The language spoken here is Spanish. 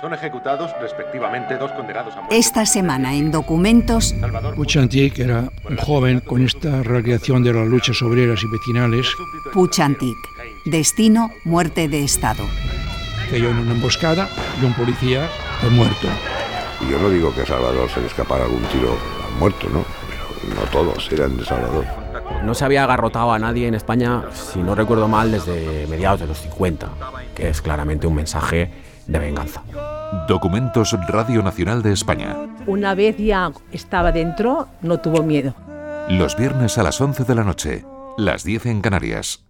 Son ejecutados respectivamente dos condenados a muerte. Esta semana en Documentos, Salvador Puchantik era un joven con esta recreación de las luchas obreras y vecinales Puch- Puchantik. Destino, muerte de Estado. cayó en una emboscada y un policía fue muerto. Y yo no digo que a Salvador se le escapara algún tiro al muerto, ¿no? Pero no todos eran de Salvador. No se había agarrotado a nadie en España, si no recuerdo mal, desde mediados de los 50, que es claramente un mensaje de venganza. Documentos Radio Nacional de España. Una vez ya estaba dentro, no tuvo miedo. Los viernes a las 11 de la noche, las 10 en Canarias,